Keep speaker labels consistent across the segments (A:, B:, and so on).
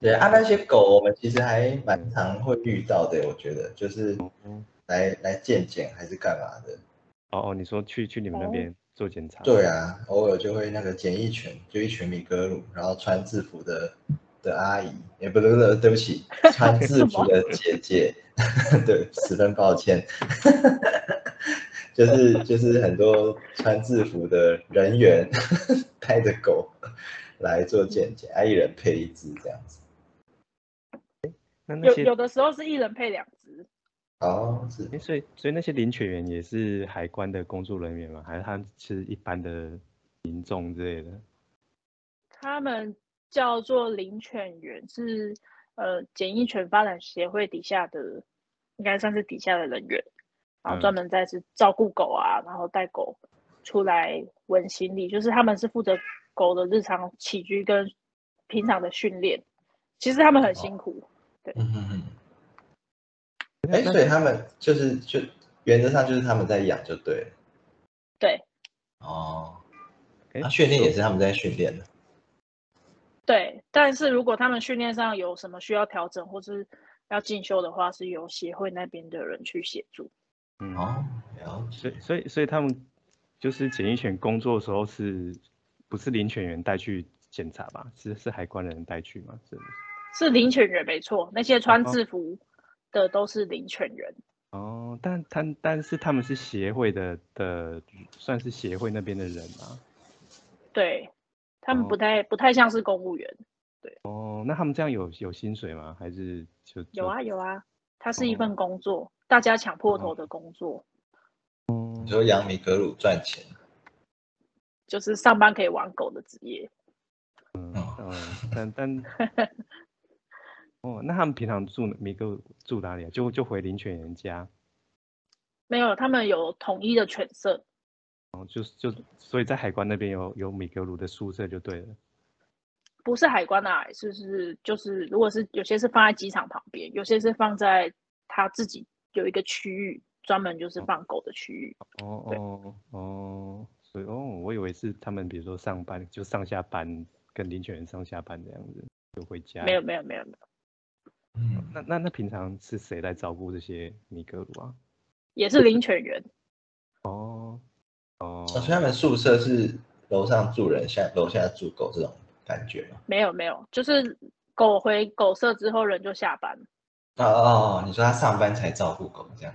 A: 对啊，那些狗我们其实还蛮常会遇到的，我觉得就是
B: 哦
A: 来来健检还是干嘛的。
B: 哦，你说去去你们那
C: 哦
B: 边做检查？
A: 对啊，偶尔就会那个检疫犬，就一群米格鲁，然后穿制服的的阿姨，也不是不是对不起，穿制服的姐姐， 对，十分抱歉，就是就是很多穿制服的人员 带着狗来做健检，啊，一人配一只这样子。
B: 那那
C: 有
B: 些
C: 有的时候是一人配两只，
A: 哦，是
B: 诶所以所以那些领犬员也是海关的工作人员吗？还是他们是一般的民众之类的？
C: 他们叫做领犬员，是呃检疫犬发展协会底下的，应该算是底下的人员，然后
B: 嗯
C: 专门在是照顾狗啊，然后带狗出来闻行李，就是他们是负责狗的日常起居跟平常的训练，其实他们很辛
B: 哦
C: 苦，
A: 嗯嗯嗯。哎，所以他们就是就原则上就是他们在养就对了。
C: 对
A: 哦，
B: 诶
A: 那训练也是他们在训练的。
C: 对，但是如果他们训练上有什么需要调整或是要进修的话，是由协会那边的人去协助。
B: 嗯，
A: 哦，了
B: 所
A: 解
B: 以。所以所以他们就是检疫犬工作的时候是，不是领犬员带去检查吧？是是海关的人带去吗？是不是
C: 是领犬人没错，那些穿
B: 哦
C: 制服的都是领犬人。
B: 哦，但但但是他们是协会的的，算是协会那边的人啊。
C: 对，他们
B: 哦
C: 不太、不太像是公务员。
B: 哦，那他们这样有有薪水吗？还是就
C: 有啊？有啊，它是一
B: 嗯哦
C: 份工作，大家抢破头
B: 哦
C: 的工作，
B: 就哦
A: 你说养米格鲁赚钱，
C: 就是上班可以玩狗的职业。
B: 嗯
A: 哦
B: 嗯，但 但哦，那他们平常住哪米格住哪里啊？就就回林犬人家，
C: 没有，他们有统一的犬舍，
B: 然后就就所以在海关那边有有米格鲁的宿舍就对了。
C: 不是海关啊，是是就是，如果是有些是放在机场旁边，有些是放在他自己有一个区域，专门就是放狗的区域。
B: 哦
C: 对
B: 哦哦，所以哦，我以为是他们比如说上班就上下班跟林犬人上下班这样子就回家。
C: 没有没有没有没有，
A: 嗯，
B: 那那那平常是谁来照顾这些米格鲁啊？
C: 也是领犬人。
B: 哦哦，
A: 哦所以他们宿舍是楼上住人，下楼下住狗这种感觉吗？
C: 没有没有，就是狗回狗舍之后人就下班，
A: 哦哦哦，你说他上班才照顾狗这样？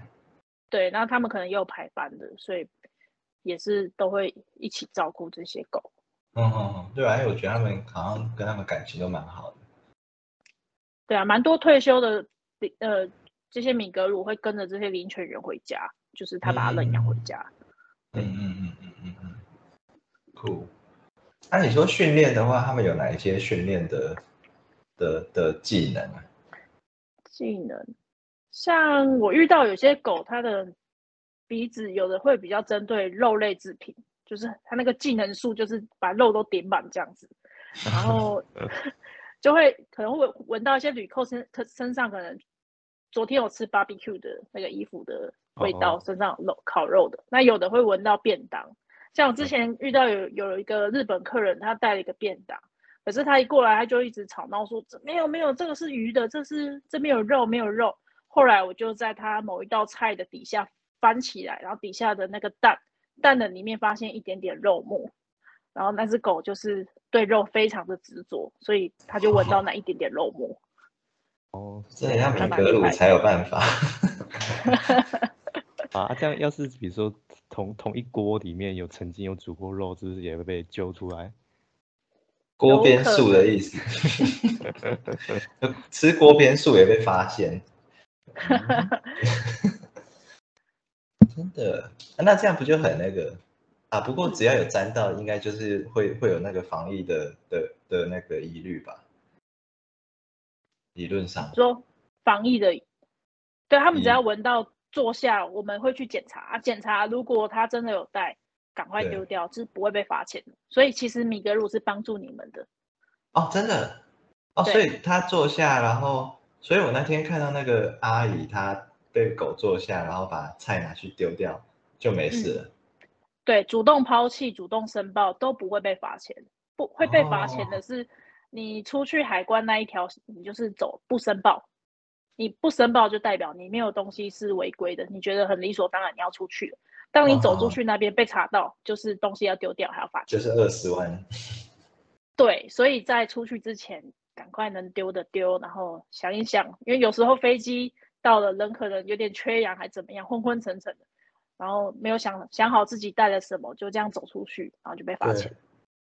C: 对，那他们可能也有排班的，所以也是都会一起照顾这些狗。
A: 嗯嗯嗯，对啊，因为我觉得他们好像跟他们感情都蛮好的。
C: 对啊，蛮多退休的领呃这些米格鲁会跟着这些领犬人回家，就是他把它认养回
A: 嗯
C: 家。
A: 嗯嗯嗯嗯嗯嗯，酷。那、你说训练的话，他们有哪一些训练的的的技能啊？
C: 技能，像我遇到有些狗，它的鼻子有的会比较针对肉类制品，就是它那个技能树就是把肉都点满这样子，然后就会可能会闻到一些旅客身可身上可能昨天有吃 barbecue 的那个衣服的味道，
B: 哦
C: 身上有肉烤肉的，那有的会闻到便当。像我之前遇到有有一个日本客人，他带了一个便当。可是他一过来，他就一直吵闹说：“这没有没有，这个是鱼的，这是这边有肉，没有肉。”后来我就在他某一道菜的底下翻起来，然后底下的那个蛋蛋的里面发现一点点肉末，然后那只狗就是对肉非常的执着，所以它就闻到那一点点肉末。
B: 哦
A: 这很像
C: 还
A: 米
C: 蛮
A: 格
C: 厉
A: 鲁
C: 害的
A: 才有办法。
B: 啊，这样要是比如说同同一锅里面有曾经有煮过肉，是不是也会被揪出来？
A: 锅边素的意思， 吃锅边素也被发现。嗯真的、啊那这样不就很那个啊？不过只要有沾到，应该就是会会有那个防疫的的的那个疑虑吧？理论上，
C: 说防疫的，对他们只
A: 嗯
C: 要闻到坐下，我们会去检查，啊检查如果他真的有带，赶快
A: 对
C: 丢掉，是不会被罚钱的。所以其实米格鲁是帮助你们的。
A: 哦，真的哦，
C: 对
A: 所以他坐下，然后，所以我那天看到那个阿姨，她被狗坐下，然后把菜拿去丢掉，就
C: 嗯
A: 没事了。
C: 对，主动抛弃、主动申报都不会被罚钱，不会被罚钱的是你出去海关那一条，你就是走不申报，你不申报就代表你没有东西是违规的，你觉得很理所当然你要出去了。当你走出去那边被查到，就是东西要丢掉，还要罚钱。
A: 就是二十万，
C: 对，所以在出去之前，赶快能丢的丢，然后想一想，因为有时候飞机到了，人可能有点缺氧，还怎么样，昏昏沉沉的，然后没有想想好自己带了什么，就这样走出去，然后就被罚
A: 对
C: 钱。，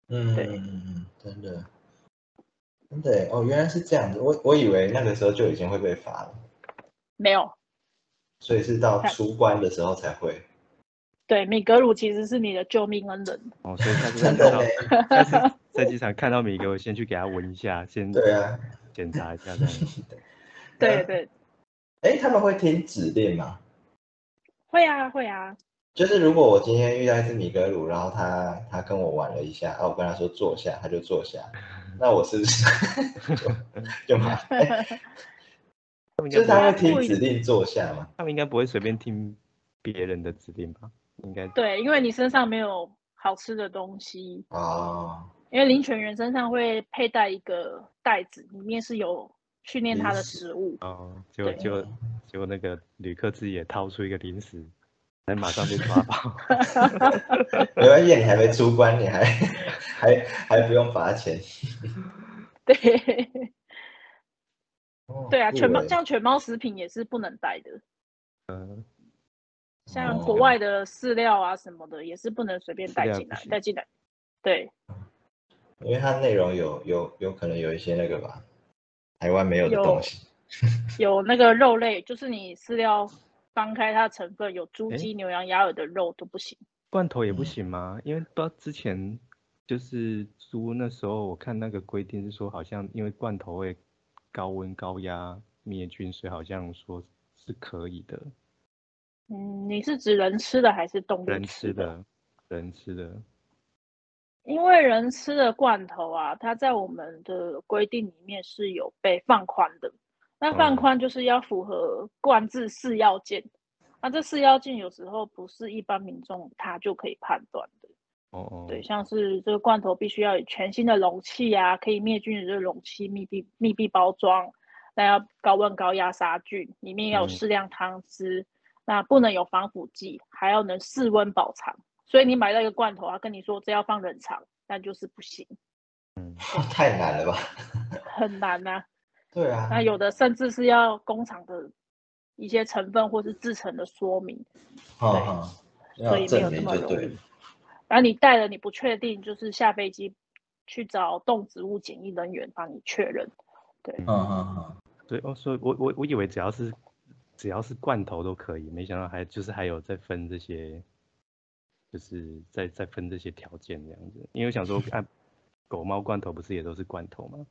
A: 嗯
C: 对
A: 嗯嗯嗯，真的，真的耶哦，原来是这样子，我我以为那个时候就已经会被罚了，
C: 没有，
A: 所以是到
C: 看
A: 出关的时候才会。
C: 对，米格鲁其实是你的救命恩人。
B: 哦，所以下次再
A: 真的欸
B: 看到
A: 嘞，
B: 下次在机场看到米格，我先去给他闻一下，先
A: 对啊，
B: 检查一下这样。
C: 对对，
A: 哎，他们会听指令吗？
C: 会啊会啊，
A: 就是如果我今天遇到一只米格鲁，然后他他跟我玩了一下，啊，我跟他说坐下，他就坐 下，那我是不是就就麻烦？哎
B: 他们
A: 就
B: 应
A: 是
B: 该不
A: 他
B: 会，
A: 会听指令坐下嘛？
B: 他们应该不会随便听别人的指令吧？应该
C: 对，因为你身上没有好吃的东西，
A: 哦，
C: 因为林泉员身上会佩戴一个袋子，里面是有训练他的
A: 零食
C: 食物。
B: 哦，结果
C: 对
B: 结果
A: 啊
B: 结果那个旅客自己也掏出一个零食，还马 上被抓包。
A: 没关系，你还没出关，你还还还不用罚钱。
C: 对
A: 哦
C: 对啊，
A: 酷
C: 犬猫
A: 欸
C: 像犬猫食品也是不能带的，
B: 嗯，
C: 像
A: 哦
C: 国外的饲料啊什么的也是不能随便
B: 饲
C: 带
B: 料
C: 进
B: 不
C: 来，
B: 行
C: 带进来。对，
A: 因为它内容有有有可能有一些那个吧，台湾没有的东西。
C: 有那个肉类，就是你饲料翻开它的成分，有猪、
B: 诶
C: 鸡、牛羊、鸭耳的肉都不行。
B: 罐头也不
A: 嗯
B: 行吗？因为不知道之前就是猪那时候，我看那个规定是说，好像因为罐头会高温高压灭菌，所以好像说是可以的，
C: 嗯，你是指人吃的还是动物
B: 人
C: 吃
B: 吃？
A: 啊
B: 的，人吃的。
C: 因为人吃的罐头啊，它在我们的规定里面是有被放宽的。那放
B: 嗯
C: 宽就是要符合罐制四要件，那这四要件有时候不是一般民众他就可以判断的。
B: 哦哦，
C: 对，像是这个罐头必须要有全新的容器啊，可以灭菌的这个容器密闭密闭包装，那要高温高压杀菌，里面要有
B: 嗯
C: 适量汤汁，那不能有防腐剂，还要能室温保藏。所以你买到一个罐头啊，跟你说这要放冷藏，那就是不行，
B: 嗯，
A: 哦太难了吧？
C: 很难呐、
A: 对啊，
C: 那有的甚至是要工厂的一些成分或是制成的说明，
A: 哈哈，
C: 所
A: 要
C: 以没有
A: 证
C: 那
A: 明
C: 么
A: 就
C: 容
A: 对
C: 易
A: 了。。
C: 然后你带了，你不确定，就是下飞机去找动植物检疫人员帮你确认。
A: 嗯嗯嗯，
B: 对哦，所以我我我以为只要是只要是罐头都可以，没想到还就是还有在分这些，就是在在分这些条件这样子。因为我想 说，啊，狗猫罐头不是也都是罐头吗？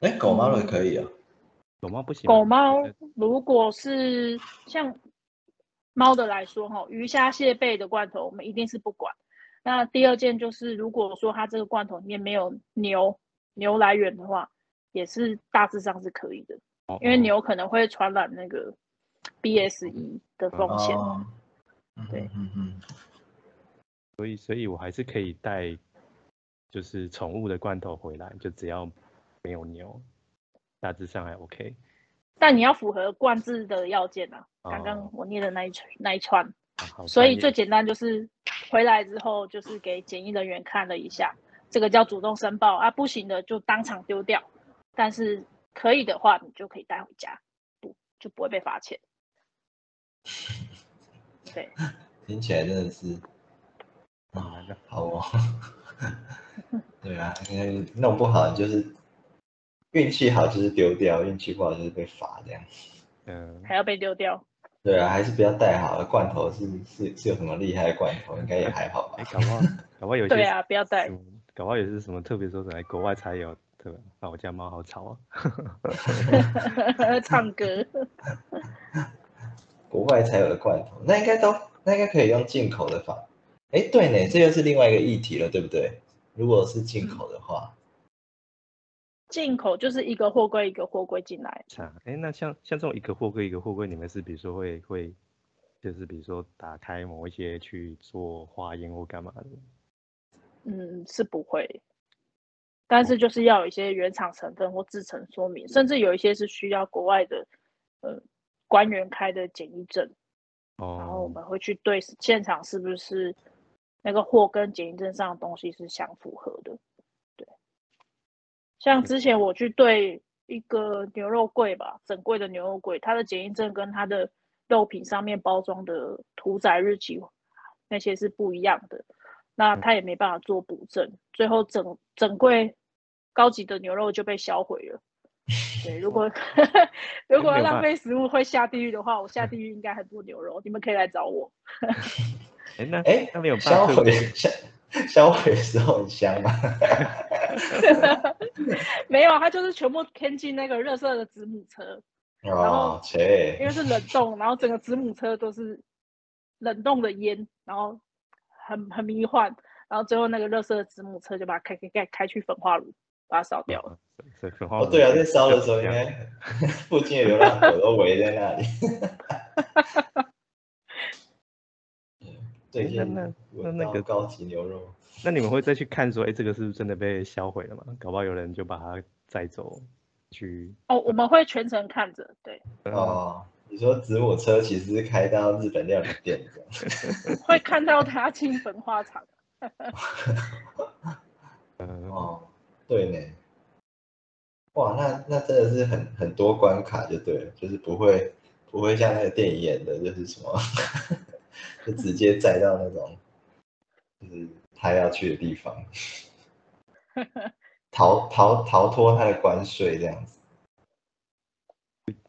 A: 哎、狗猫的可以哦。
B: 狗猫不行吗。
C: 狗猫
B: 就是
C: 如果是像猫的来说，哈，鱼虾蟹贝的罐头我们一定是不管。那第二件就是，如果说它这个罐头里面没有牛牛来源的话，也是大致上是可以的，
B: 哦
C: 因为
B: 哦
C: 牛可能会传染那个 BS 一的风险。
A: 哦，嗯
C: 对，
A: 嗯嗯，
B: 所以所以我还是可以带，就是宠物的罐头回来，就只要没有牛，大致上还 OK。
C: 但你要符合冠制的要件啊，刚刚
B: 哦
C: 我念的那一串那一串。
B: 啊、好
C: 所
B: 专
C: 以
B: 业
C: 最简单就是回来之后，就是给检疫人员看了一下，这个叫主动申报啊，不行的就当场丢掉，但是可以的话，你就可以带回家，不就不会被罚 钱。对，
A: 听起来真的是
B: 很难的。
A: 好哦。 对啊，因为弄不好就是运气好就是丢掉，运气不好就是被罚这样。
B: 嗯、
C: 还要被丢掉。
A: 对啊，还是不要带好了。罐头是是是有什么厉害的罐 头，应该也还好吧
B: 哎、。搞不好搞不好有些
C: 对啊，不要带
B: 什。么嗯搞不好也是什么特别说什么国外才有，对吧？啊，我家猫好吵啊。
C: 唱歌，
A: 国外才有的罐头，那应该都那应该可以用进口的法。哎，对呢，这又是另外一个议题了，对不对？如果是进口的话，
C: 进口就是一个货柜一个货柜进来。
B: 啊，哎、那像像这种一个货柜一个货柜，你们是比如说会会，就是比如说打开某一些去做化验或干嘛的？
C: 嗯，是不会。但是就是要有一些原厂成分或制成说明，甚至有一些是需要国外的呃官员开的检疫证，然后我
B: 哦，
C: 们会去对现场是不是那个货跟检疫证上的东西是相符合的。对，像之前我去对一个牛肉柜吧，整柜的牛肉柜，它的检疫证跟它的肉品上面包装的屠宰日期那些是不一样的，那
B: 嗯
C: 他也没办法做补正，最后整整柜高级的牛肉就被销毁了。对，如果 如果
B: 没有办
C: 浪
B: 法
C: 费食物会下地狱的话，我下地狱应该很多牛肉，你们可以来找我。
B: 哎那
A: 哎
B: 那没有
A: 销
B: 办法
A: 毁
B: 退
A: 销销毁的时候很香吗？
C: 没有，它就是全部添进那个热色的子母车，后
A: 哦，切
C: 因为是冷冻，然后整个子母车都是冷冻的烟，然后很很迷幻，然后最后那个热色的子母车就把它开开开开去焚化炉，把它烧掉了。
B: 掉，所以焚化
A: 哦，
B: 炉
A: 对啊，
B: 就
A: 在烧的
B: 就
A: 时候
B: 这
A: 应
B: 样
A: 该 附近的流浪狗都围在那 里。最近
B: 哎那那那
A: 闻
B: 那
A: 到
B: 个
A: 高级牛肉，
B: 那你们会再去看说，哎，这个是不是真的被销毁了吗？搞不好有人就把它载走去。
C: 哦，我们会全程看着，对，
B: 呃，
A: 哦，你说子母车其实是开到日本料理店这样，
C: 会看到它进焚化厂。
B: 呃
A: 哦，对呢，哇，那那真的是很很多关卡就对了，就是不会不会像那个电影演的，就是什么就直接载到那种就是他要去的地 方，逃逃逃脱他的关税这样子。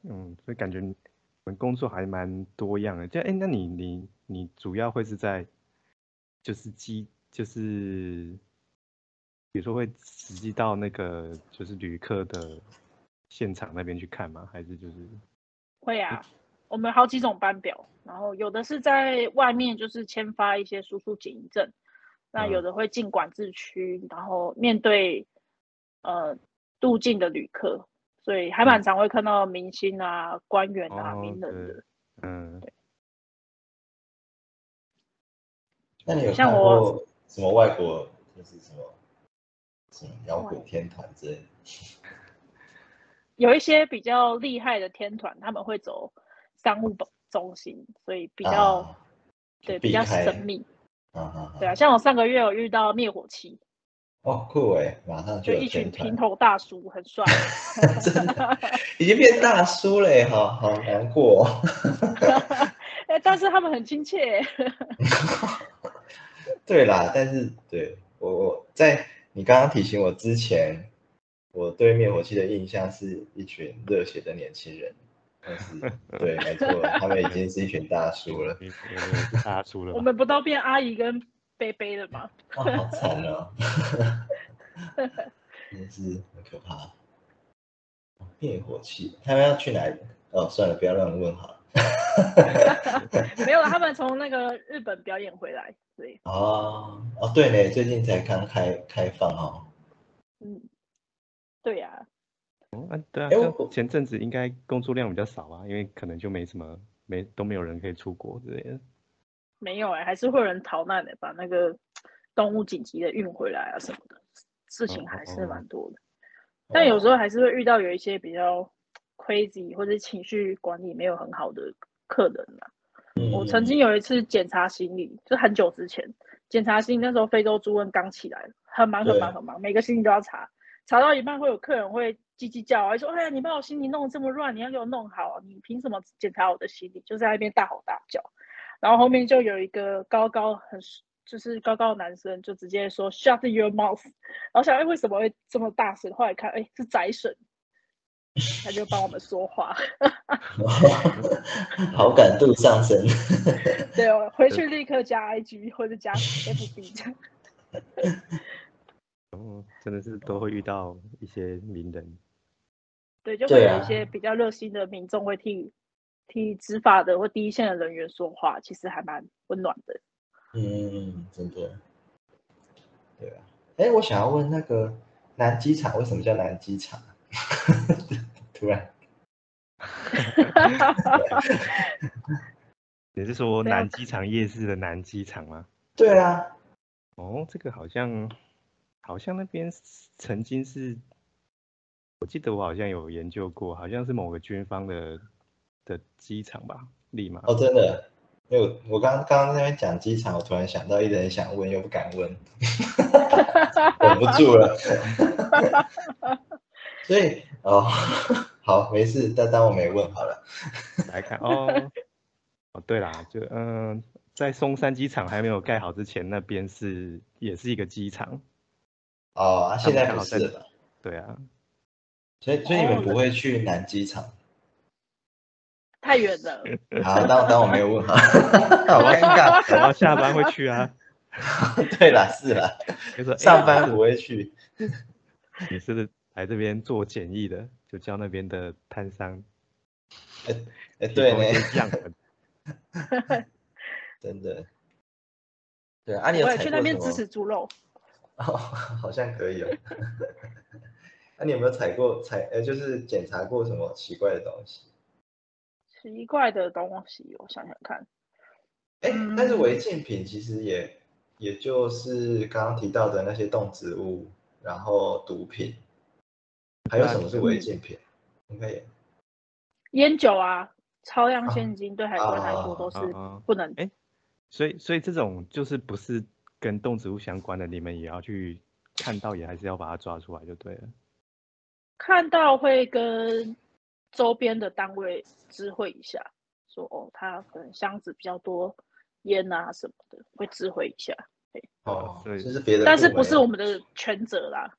B: 嗯，所以感觉你们工作还蛮多样的。这样，哎，那你你你主要会是在就是机就是，比如说会实际到那个就是旅客的现场那边去看吗？还是就是
C: 会啊，
A: 嗯
C: 我们好几种班表，然后有的是在外面就是签发一些输出检疫证，那有
B: 嗯
C: 的会进管制区，然后面对呃入境的旅客，所以还
A: 嗯
C: 蛮常会看到明星啊、官员啊、
B: 哦
C: 名人
B: 对
C: 的。
B: 嗯，
A: 那你有
C: 像
A: 看
C: 我
A: 过什么外国就是什么什么摇滚天团之类的？
C: 有一些比较厉害的天团，他们会走商务中心，所以比较、
A: 啊
C: 对
A: 避
C: 比较
A: 开
C: 神秘。
A: 啊啊
C: 对
A: 啊！
C: 啊，像我上个月有遇到灭火器，
A: 哦，酷哎，马上
C: 就
A: 有
C: 一群
A: 天团
C: 平，头大叔，很 帅。
A: 真的已经变大叔嘞，好好难过、 哦。
C: 哎，但是他们很亲切。
A: 对啦，但是对我我在你刚刚提醒我之前，我对灭火器的印象是一群热血的年轻人，但是对，没错，他们已经是一群大叔了，
B: 你我们是大叔了
C: 我
B: 吧？
C: 们不都变阿姨跟贝贝了吗？
A: 哇，好惨哦， 真是很可怕。灭火器，他们要去哪里？哦，算了，不要乱问好了。
C: 没有，他们从那个日本表演回来，对，
A: 哦哦，对嘞，最近才刚开开放哦。
C: 嗯，对呀、
B: 哦啊，对啊，
A: 哎
B: 像
A: 我
B: 前阵子应该工作量比较少啊，因为可能就没什么，没都没有人可以出国之类的。
C: 没有哎、还是会有人逃难的、把那个动物紧急的运回来啊什么的，事情还是蛮多的。
A: 哦
C: 但有时候还是会遇到有一些比较 crazy 或者情绪管理没有很好的客人啊。
A: 嗯
C: 我曾经有一次检查行李，就很久之前检查行李，那时候非洲猪瘟刚起来，很忙很忙
A: 对
C: 很忙，每个行李都要查，查到一半会有客人会叽叽叫，还说：“哎呀，你把我行李弄得这么乱，你要给我弄好，啊你凭什么检查我的行李？”就在那边大吼大叫，然后后面就有一个高高很。就是高高的男生就直接说 “shut your mouth”，然后想哎为什么会这么大声？后来看哎是宅神，他就帮我们说话。
A: 好感度上升。
C: 对，我回去立刻加 IG 或者加 FB 这样。
B: 哦，真的是都会遇到一些名人，
C: 对，就
A: 对
C: 会有
A: 啊
C: 一些比较热心的民众会替替执法的或第一线的人员说话，其实还蛮温暖的。
A: 嗯，真的。对啊，哎，我想要问那个南机场为什么叫南机场？啊 突然，
B: 你是说
C: 对啊
B: 南机场夜市的南机场吗？
A: 对啊，
B: 哦，这个好像好像那边曾经是，我记得我好像有研究过，好像是某个军方的的机场吧，利马。
A: 哦，真的，因为我我刚刚刚在那边讲机场，我突然想到一直很想问又不敢 问，忍不住了。 所以哦， 好，没事，但当我没问好了。
B: 来看哦，哦对啦，就嗯、在松山机场还没有盖好之前，那边是也是一个机场，
A: 哦，啊现在不
B: 好
A: 是
B: 在
A: 了，
B: 对啊，
A: 所以所以你
C: 哦
A: 们不会去南机场？
C: 太远 了。
A: 好，当当我没有问好， 好尴尬。
B: 然后下班会去啊，
A: 对啦，是啦，
B: 就说哎
A: 上班不会去。
B: 你是不是来这边做简易的，就叫那边的摊商
A: 哎，
B: 提
A: 对
B: 供一
A: 呢，
B: 些 样本。
A: 真的。对啊，你有
C: 我也
A: 踩
C: 去
A: 过
C: 那边
A: 什
C: 支
A: 么
C: 持猪肉，
A: 哦，好像可以哦。 那、你有没有踩过踩？呃，就是检查过什么奇怪的东西？
C: 奇怪的东西，我想想看，
A: 哎，
C: 嗯
A: 但是违禁品其实也也就是刚刚提到的那些动植物，然后毒品，还有
C: 啊
A: 什么是违禁品？应该也
C: 烟酒啊，超量
A: 啊
C: 现金对海关来说都是
B: 啊
C: 不能。
B: 所以，所以这种就是不是跟动植物相关的，你们也要去看到，也还是要把它抓出来就对了。
C: 看到会跟周边的单位知会一下，说哦，他可能箱子比较多烟啊什么的，会知会一下。
A: 哦，
B: 对
A: 就是别的部门，啊
C: 但是不是我们的全责啦？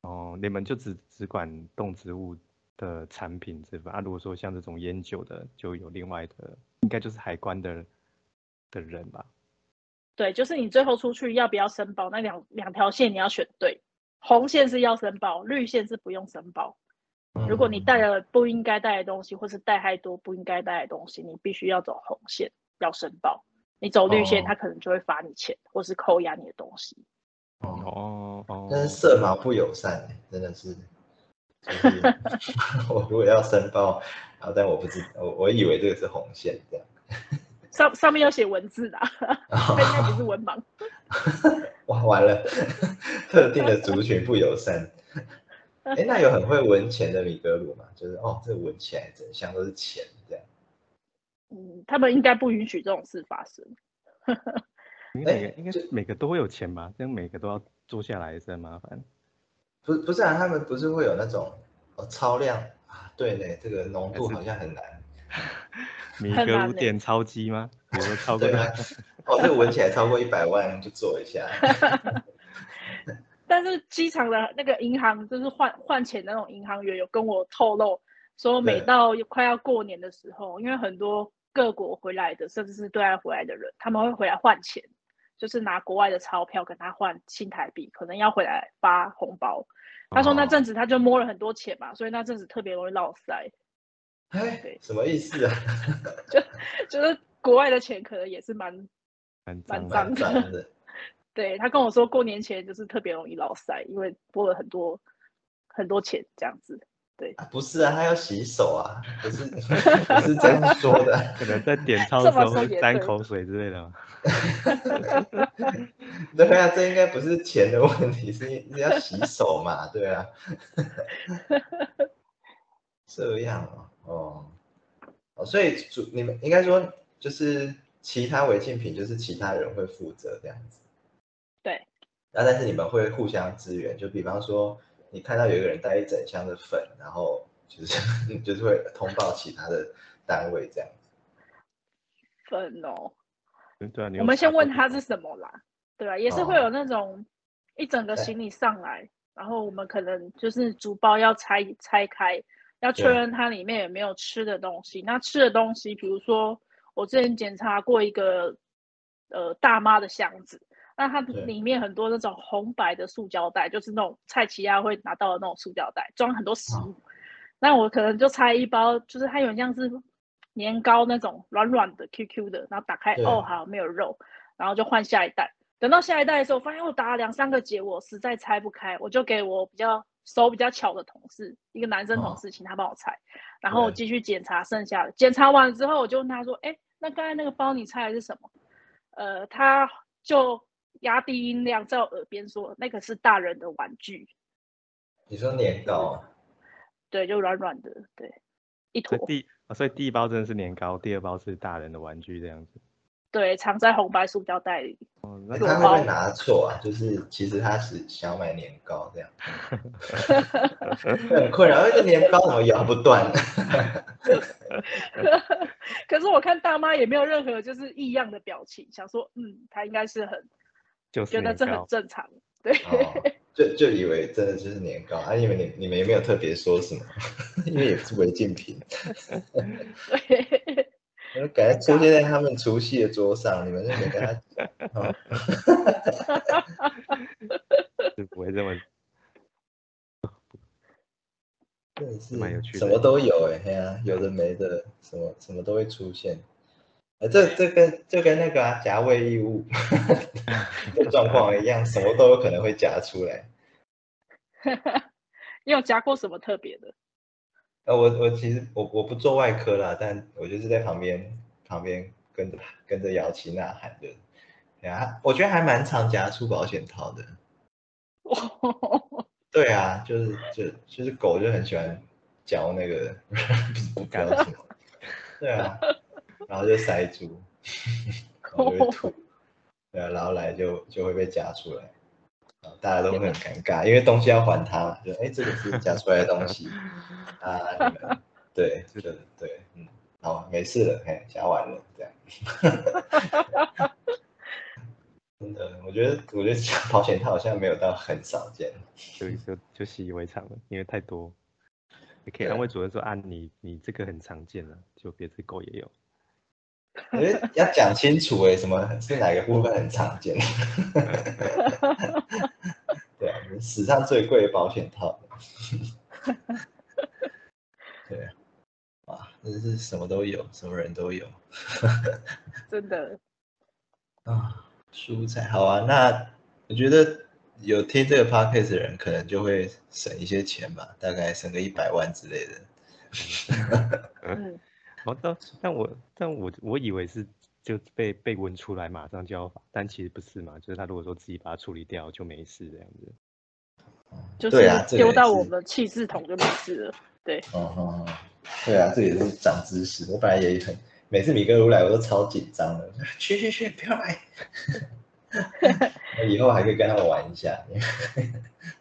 B: 哦，你们就只只管动植物的产品这份啊。如果说像这种烟酒的，就有另外的，应该就是海关的的人吧。
C: 对，就是你最后出去要不要申报，那两两条线你要选对。红线是要申报，绿线是不用申报。
A: 嗯
C: 如果你带了不应该带的东西，或是带太多不应该带的东西，你必须要走红线，要申报。你走绿线，
A: 哦
C: 他可能就会罚你钱，或是扣押你的东西。
A: 哦，
B: 哦哦，
A: 真是色盲不友善、欸真的是。就是 我如果要申报，然后但我不知我我以为这个是红线这样。
C: 上上面有写文 字的啊，他应该不是文盲。
A: 哇，完了， 特定的族群不友善。哎，那有很会闻钱的米格鲁吗？就是哦，这闻起来整箱都是钱这样。
C: 嗯，他们应该不允许这种事发生。
B: 应该每
A: 哎
B: 个应该是每个都会有钱吧？这样每个都要坐下来也是很麻烦。
A: 不是不是啊，他们不是会有那种哦超量啊？对呢，这个浓度好像很难。
B: 米
C: 很
B: 格
C: 难
B: 鲁
C: 呢
B: 点超机吗？比如说超过
A: 对
B: 多
A: 啊
B: 少，
A: 哦，这个闻起来超过一百万就做一下。
C: 但是机场的那个银行，就是换换钱的那种银行员，有跟我透露说，每
A: 对
C: 到快要过年的时候，因为很多各国回来的，甚至是对外回来的人，他们会回来换钱，就是拿国外的钞票跟他换新台币，可能要回来发红包。他
B: 哦
C: 说那阵子他就摸了很多钱嘛，所以那阵子特别容易落塞，
A: 哎
C: 对，
A: 什么意思啊？
C: 就是国外的钱可能也是蛮
B: 蛮脏
C: 蛮
B: 啊
C: 脏
B: 的。
A: 蛮赞的。
C: 对他跟我说，过年前就是特别容易落塞，因为拨了很多很多钱这样子。
A: 啊不是啊，他要洗手啊，不是 不是这样说的 啊。
B: 可能在 点钞
C: 这
B: 的
C: 么
B: 时候
C: 说
B: 会
C: 也
B: 沾
C: 对
B: 口水之类的嘛。
A: 对啊，这应该不是钱的问题，是是要洗手嘛？对啊， 这样哦，哦，哦，所以主你们应该说就是其他违禁品，就是其他人会负责这样子。
C: 对。
A: 那但是你们会互相支援，就比方说你看到有一个人带一整箱的粉，然后就是你就是 会通报其他的单位这样子。
C: 粉哦，
B: 嗯对啊，你
C: 我
B: 有
C: 们
B: 查
C: 先
B: 过
C: 问
B: 这
C: 他
B: 种
C: 是什么啦，对啊，也是会
A: 哦
C: 有那种一整个
A: 对
C: 行李上来，然后我们可能就是竹包要拆拆开，要确
A: 对
C: 认它里面有没有吃的东西。那吃的东西，比如说我之前检查过一个呃大妈的箱子，那它
A: 对
C: 里面很多那种红白的塑胶袋，就是那种菜奇亚会拿到的那种塑胶袋，装很多食
A: 哦
C: 物。那我可能就拆一包，就是它有点像是年糕那种软软的 QQ 的，然后打开
A: 对
C: 哦好没有肉，然后就换下一袋。等到下一代的时候，发现我打了两三个结，我实在拆不开，我就给我比较手比较巧的同事，一个男生同
A: 哦
C: 事，请他帮我拆，然后我
A: 对
C: 继续检查剩下的。检查完之后，我就问他说：“哎，那刚才那个包你拆的是什么？”呃，他就压低音量在我耳边说那个是大人的玩具，
A: 你说年糕啊？
C: 对，就软软的，对，一
B: 所
C: 坨
B: 以，第啊，所以第一包真的是年糕，第二包是大人的玩具这样子。
C: 对，藏在红白塑胶袋里。
B: 哦，
A: 哎
B: 那
A: 他
C: 种
A: 会不
C: 包
A: 会拿错啊？就是其实他是想要买年糕这样，很困扰。那个年糕怎么咬不断？
C: 可是我看大妈也没有任何就是异样的表情，想说，嗯，她应该是很
B: 就是
C: 觉得
B: 年
C: 这很
B: 糕。
C: 正常，对，
A: 哦，就就以为真的就是年糕，啊，因为你你们也没有特别说什么， 因为也不是违禁品，
C: 对，
A: 我就感觉出现在他们除夕的桌上，你们就没跟他
B: 是不会这么
A: 真的是
B: 蛮有趣的
A: 什么都有哎、欸，嘿啊，有的没的，什么什么都会出现。哎，这这跟就跟那个啊夹胃异物 的状况一样，什么都有可能会夹出来。
C: 你有夹过什么特别的？
A: 呃，我我其实我我不做外科啦，但我就是在旁边旁边跟着跟着摇旗呐喊的。对啊，我觉得还蛮常夹出保险套的。对啊，就是就就是狗就很喜欢嚼那个不知道什么，对啊，然后就塞住，然后就会吐，对啊，然后来就就会被夹出来，然后大家都会很尴尬，因为东西要还他嘛，就哎这个是夹出来的东西啊，你们对，就对，嗯，好，没事了，嘿，夹完了，这样。 真的，我觉得我觉得 夹保险套好像没有到很少见。
B: 就就就习以为常了，因为太多。也可以
A: 对
B: 安慰主任说啊，你你这个很常见了，啊就别只狗也有。
A: 我觉得要讲清楚哎、什么是哪个部分很常见？ 对啊，史上最贵的保险套。 对啊，哇，真是什么都有，什么人都有
C: 真的，
A: 啊。蔬菜好啊，那我觉得有听这个 podcast 的人，可能就会省一些钱吧，大概省个一百万之类的。
C: 嗯，
B: 哦，但但我但我我以为是就被被闻出来马上就要罚，但其实不是嘛，就是他如果说自己把它处理掉就没事这样子。
C: 就
A: 对啊这个
C: 是
A: 也
C: 丢到
A: 是
C: 我们气质桶就没事了。
A: 哦哦，哦对啊，这也是长知识。我本来也很，每次米哥如来我都超紧张的， 去去去，不要来。 我以后还可以跟他们玩一下。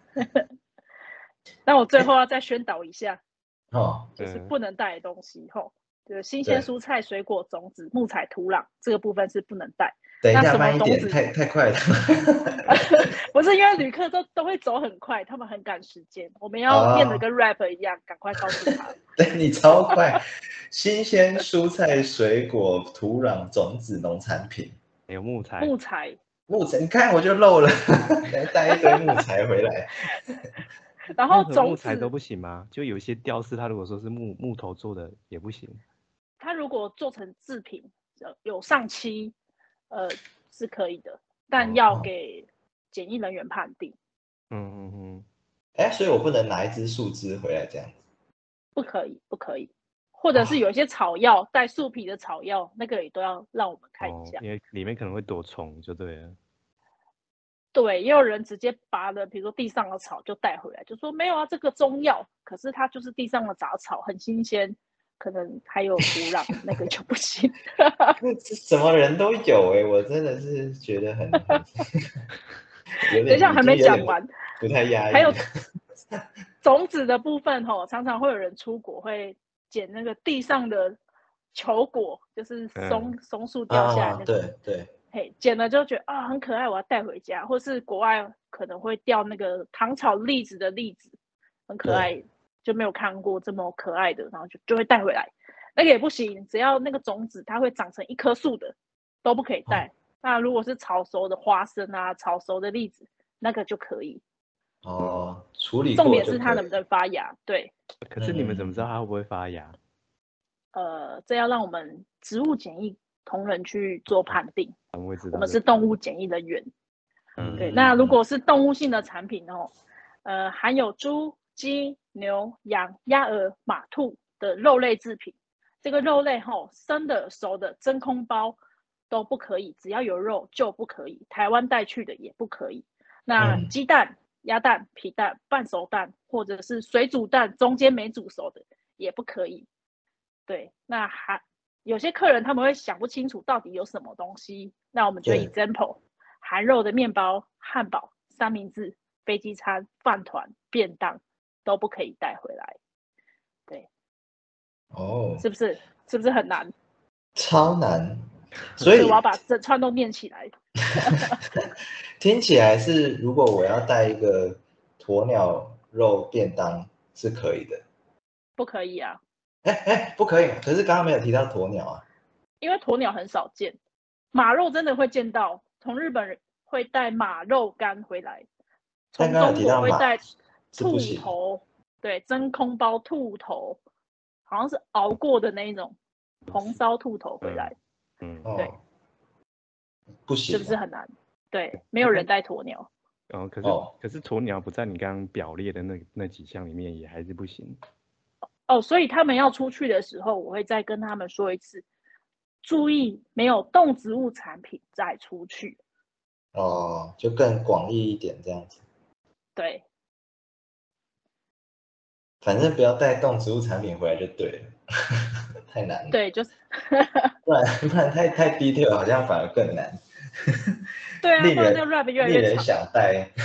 C: 那我最后要再宣导一下，
A: 哦，
C: 就是
B: 嗯
C: 不能带的东西吼，就是新
A: 对
C: 鲜蔬菜、水果、种子、木材、土壤这个部分是不能带。
A: 等一
C: 那
A: 下，
C: 什么
A: 慢一
C: 东
A: 点，
C: 西
A: 太太快了。
C: 不是因为旅客都都会走很快，他们很赶时间，我们
A: 啊
C: 要变得跟 rap 一样，赶快告诉他。
A: 对你超快， 新鲜蔬菜、水果、土壤、种子、农产品、
B: 还有木材，
C: 木材，
A: 木材，你看我就漏了， 来带一堆木材回来。
B: 任
C: 然后
B: 何
C: 种
B: 木材
C: 子
B: 都，不行吗？就有一些雕饰，它如果说是木木头做的也不行。
C: 它如果做成制品，呃有上漆，呃是可以的，但要
A: 哦
C: 给检疫人员判定，
B: 嗯嗯嗯，
A: 哎，所以我不能拿一只树枝回来这样。
C: 不可以，不可以。或者
B: 哦
C: 是有一些草药带树皮的草药，那个也都要让我们看一
B: 哦
C: 下。
B: 因为里面可能会躲虫就对了。
C: 对，也有人直接拔了，比如说地上的草就带回来，就说没有啊，这个中药，可是它就是地上的杂草，很新鲜，可能还有土壤，那个就 不行。
A: 这什么人都有哎、我真的是觉得很， 很有点
C: 等一下还没讲，完，
A: 已经有点不太压抑。
C: 还有种子的部分吼、常常会有人出国会捡那个地上的球果，就是松、松树掉下
A: 嗯
C: 来
A: 啊
C: 那，个，
A: 对对，
C: 嘿，捡了就觉得啊很可爱，我要带回家，或是国外可能会掉那个糖炒栗子的栗子，很可
A: 对
C: 爱，就没有看过这么可爱的，然后就就会带回来，那个也不行，只要那个种子它会长成一棵树的都不可以
A: 哦
C: 带。那如果是炒熟的花生啊，炒熟的栗子，那个就可以。
A: 哦，处理过
C: 重点
A: 就是
C: 它
A: 可
C: 能
A: 以
C: 不能发芽，对。
B: 可是你们怎
C: 嗯
B: 么知道它会不会发芽？
C: 呃，这要让我们植物检疫同仁去做判定。
B: 我们会知道。
C: 我们是动物检疫人员，
B: 嗯
C: 对。
A: 嗯
C: 那如果是动物性的产品哦，呃，含有猪、鸡、牛、羊、鸭、鹅、马、兔的肉类制品，这个肉类吼、生的、熟的、真空包，都不可以，只要有肉就不可以，台湾带去的也不可以。那鸡蛋、鸭蛋、皮蛋、半熟蛋或者是水煮蛋，中间没煮熟的也不可以。对，那还有些客人他们会想不清楚到底有什么东西，那我们就
A: 对
C: example 含肉的面包、汉堡、三明治、飞机餐、饭团、便当都不可以带回来，
A: 哦，
C: 是不是？是不是很难？
A: 超难，所以
C: 我要把整串都念起来。
A: 听起来是，如果我要带一个鸵鸟肉便当是可以的。
C: 不可以啊，
A: 哎哎，不可以，可是刚刚没有提到鸵鸟啊。
C: 因为鸵鸟很少见，马肉真的会见到，从日本人会带马肉干回来，从
A: 但刚刚有
C: 中
A: 提
C: 国
A: 到
C: 会
A: 马
C: 带
A: 是不
C: 兔
A: 行的，
C: 头，对，真空包兔头，好像是熬过的那一种红烧兔头回来，
B: 嗯，
C: 对
A: 哦，不行
C: 是
A: 啊，
C: 不是很难？对，没有人带鸵鸟，
B: 哦，可是、
A: 哦
B: 可是鸵鸟不在你刚刚表列的那那几项里面，也还是不行。
C: 哦，所以他们要出去的时候，我会再跟他们说一次，注意没有动植物产品再出去，
A: 哦，就更广义一点这样子，
C: 对，
A: 反正不要带动植物产品回来就对了，太难了，
C: 对，就是。
A: 不然不然太太 detail 好像反而更难，
C: 对啊，
A: 令
C: 不然
A: 人
C: 这个 rap 越来
A: 令
C: 越
A: 人
C: 长。
A: 想带。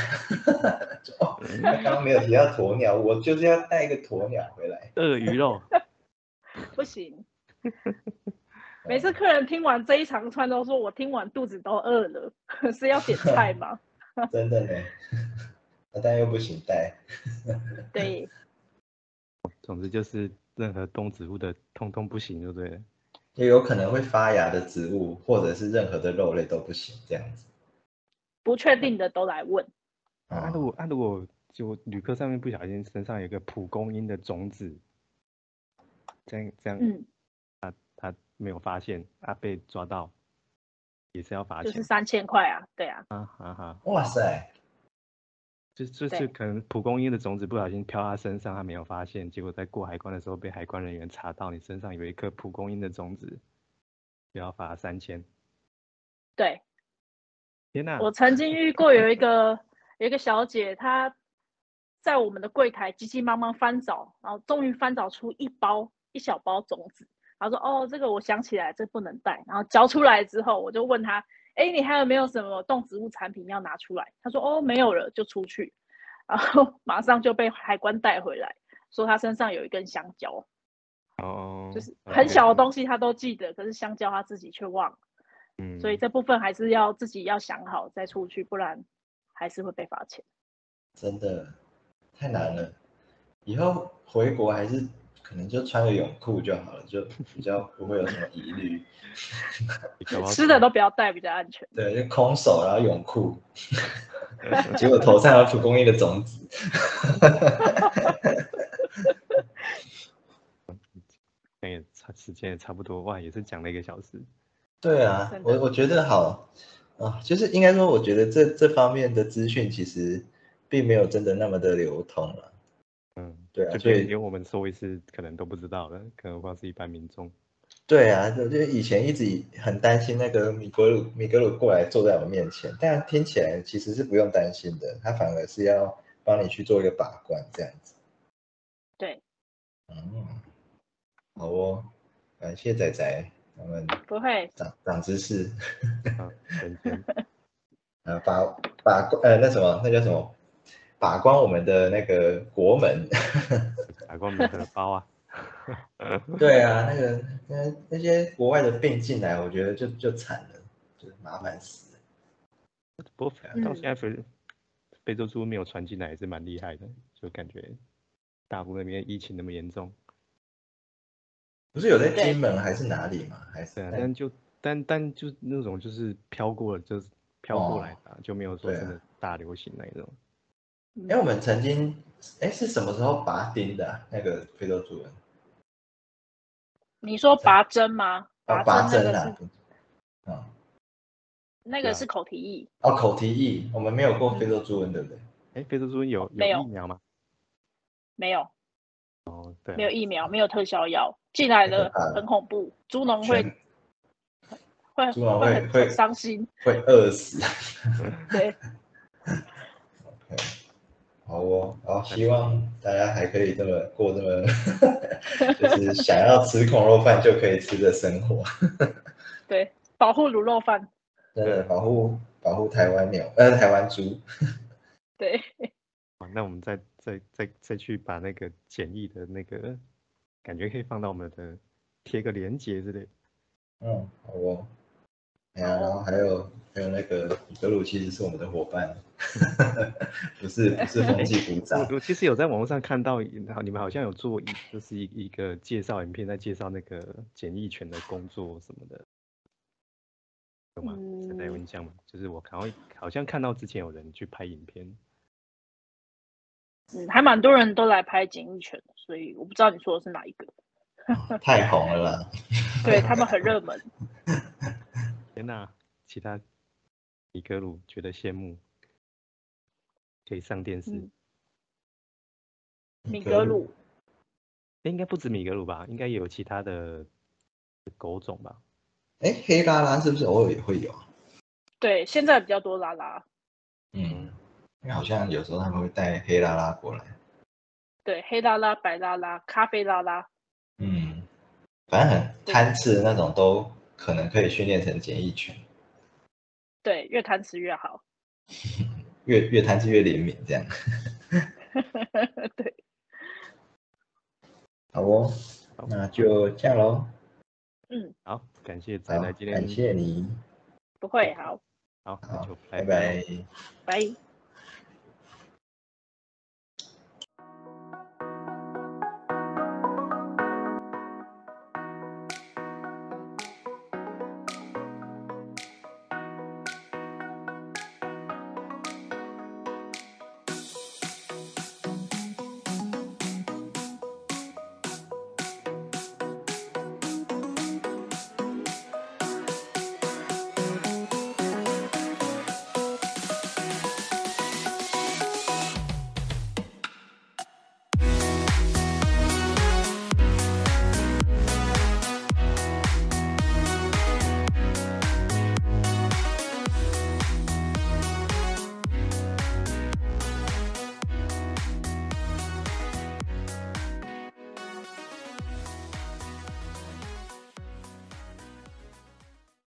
A: 就哦，刚刚没有提到鸵鸟，我就是要带一个鸵鸟回来。
B: 鳄鱼肉，
C: 不行。每次客人听完这一长串都说，我听完肚子都饿了， 是要点菜吗？
A: 哦真的呢， 但又不行带。
C: 对，
B: 总之就是任何动植物的通通不行，就对了。
A: 也有可能会发芽的植物，或者是任何的肉类都不行，这样子。
C: 不确定的都来问。
B: 啊，
A: 啊
C: 哦
B: 如，果啊如果就旅客上面不小心身上有一个蒲公英的种子，这样这样
C: 嗯，
B: 他没有发现啊被抓到，也是要罚
C: 就是
B: 钱
C: 三千块啊，对啊，
B: 啊哈哈。
A: 哇塞，
B: 就就
C: 对
B: 是可能蒲公英的种子不小心飘他身上，他没有发现，结果在过海关的时候被海关人员查到你身上有一颗蒲公英的种子，也要罚三千。
C: 对
B: 天呐、
C: 我曾经遇过有一个有一个小姐，她在我们的柜台急急忙忙翻找，然后终于翻找出一包一小包种子，然后说：“哦，这个我想起来，这不能带。”然后交出来之后，我就问她：“哎，你还有没有什么动植物产品要拿出来？”她说：“哦，没有了，就出去。”然后 马上就被海关带回来，说她身上有一根香蕉，
B: 哦，
C: 就是
B: 哦
C: 很
B: 对
C: 小的东西她都记得，可是香蕉她自己却忘了。
B: 嗯，
C: 所以这部分还是要自己要想好再出去，不然还是会被罚钱。
A: 真的太难了。以后回国还是可能就穿个泳裤就好了，就比较不会有什么疑虑。
B: 搞不好
C: 吃的都不要带，比较安全。
A: 对，就空手然后泳 裤，结果头上有蒲公英的种子。
B: 那也差时间也差不多，哇，也是讲了一个小时。
A: 对啊
C: 真，的
A: 我我觉得好啊，就是应该说，我觉得这这方面的资讯其实并没有真的那么的流通了、
B: 嗯，
A: 对啊，
B: 就
A: 所
B: 连
A: 以
B: 连我们说一次可能都不知道了，更何况是一般民众。
A: 对啊，就就以前一直很担心那个米格鲁米格鲁过来坐在我面前，但听起来其实是不用担心的，他反而是要帮你去做一个把关这样子。
C: 对，
A: 嗯，好哦，感谢仔仔，我们
C: 不会，
A: 长长知识，
B: 啊，人间
A: 呃，把把呃那什么那叫什么，把关我们的那个国门。
B: 打光明荷包 啊，
A: 对啊，那个那那些国外的病进来，我觉得就就惨了，就麻烦死了。
B: 不过到
C: 嗯
B: 现在非非洲猪没有传进来也是蛮厉害的，就感觉大陆那边疫情那么严重。
A: 不是有在
C: 对
A: 金门还是哪里吗？还是
B: 对啊，
A: 在
B: 但就但但就那种就是飘过了，就是飘过
A: 哦
B: 来的啊、就没有说
A: 对啊
B: 真的大流行那一种。
C: 嗯
A: 哎、我们曾经，哎，是什么时候拔钉的啊、那个非洲猪瘟
C: 你说拔针吗？
A: 啊，
C: 拔
A: 拔
C: 针那
A: 针
C: 个
A: 啊
C: 是，
A: 嗯，
C: 那
B: 对啊
C: 个是口蹄疫，
A: 哦，口蹄疫，我们没有过非洲猪瘟，对不对？
B: 哎，非洲猪瘟有
C: 没有
B: 疫苗吗？
C: 没有
B: 哦，对、啊，
C: 没有疫苗，没有特效药，进来
A: 太可
C: 了
A: 怕了
C: 很恐怖。猪农会
A: 全
C: 会
A: 猪脑
C: 会
A: 会
C: 很
A: 会
C: 伤心。
A: 会饿死。
C: 对，
A: 好哦，然后希望大家还可以这么 过这么，就是想要吃空肉饭就可以吃的生活，
C: 对，保护卤肉饭。
A: 真的保护保护台湾牛，呃，台湾猪。
C: 对，
B: 好那我们再再再再去把那个简易的那个感觉可以放到我们的贴个链接之类的。
A: 嗯，好哦。哎呀，
C: 好哦
A: 然后还有还有那个德鲁其实是我们的伙伴， 不是不是啊风纪股长，
B: 我我其实有在网络上看到，你们好像有做一就是一一个介绍影片，在介绍那个简易犬的工作什么的，有吗？大
C: 嗯
B: 家有印象吗？就是我好像好像看到之前有人去拍影片，
C: 嗯，还蛮多人都来拍简易犬的，所以我不知道你说的是哪一个。
A: 太红了啦。
C: 对他们很热门。
B: 天呐，其他米格鲁觉得羡慕，可以上电视，
C: 嗯米格鲁，
B: 诶应该不止米格鲁吧？应该也有其他的狗种吧？
A: 哎，黑拉拉是不是偶尔也会有？
C: 对，现在比较多拉拉。
A: 嗯，因为好像有时候他们会带黑拉拉过来。
C: 对，黑拉拉、白拉拉、咖啡拉拉，
A: 嗯，反正很贪吃的那种都可能可以训练成简易犬，
C: 对，越贪吃越好。
A: 越越贪吃越灵敏这样。
C: 对，
A: 好哦，
B: 好
A: 那就这样喽。
C: 嗯，
B: 好，感谢仔
A: 好，
B: 仔今天
A: 感谢你，
C: 不会，好，
B: 好，那
A: 好
B: 就，
A: 拜
B: 拜咯
A: 拜。
C: 拜。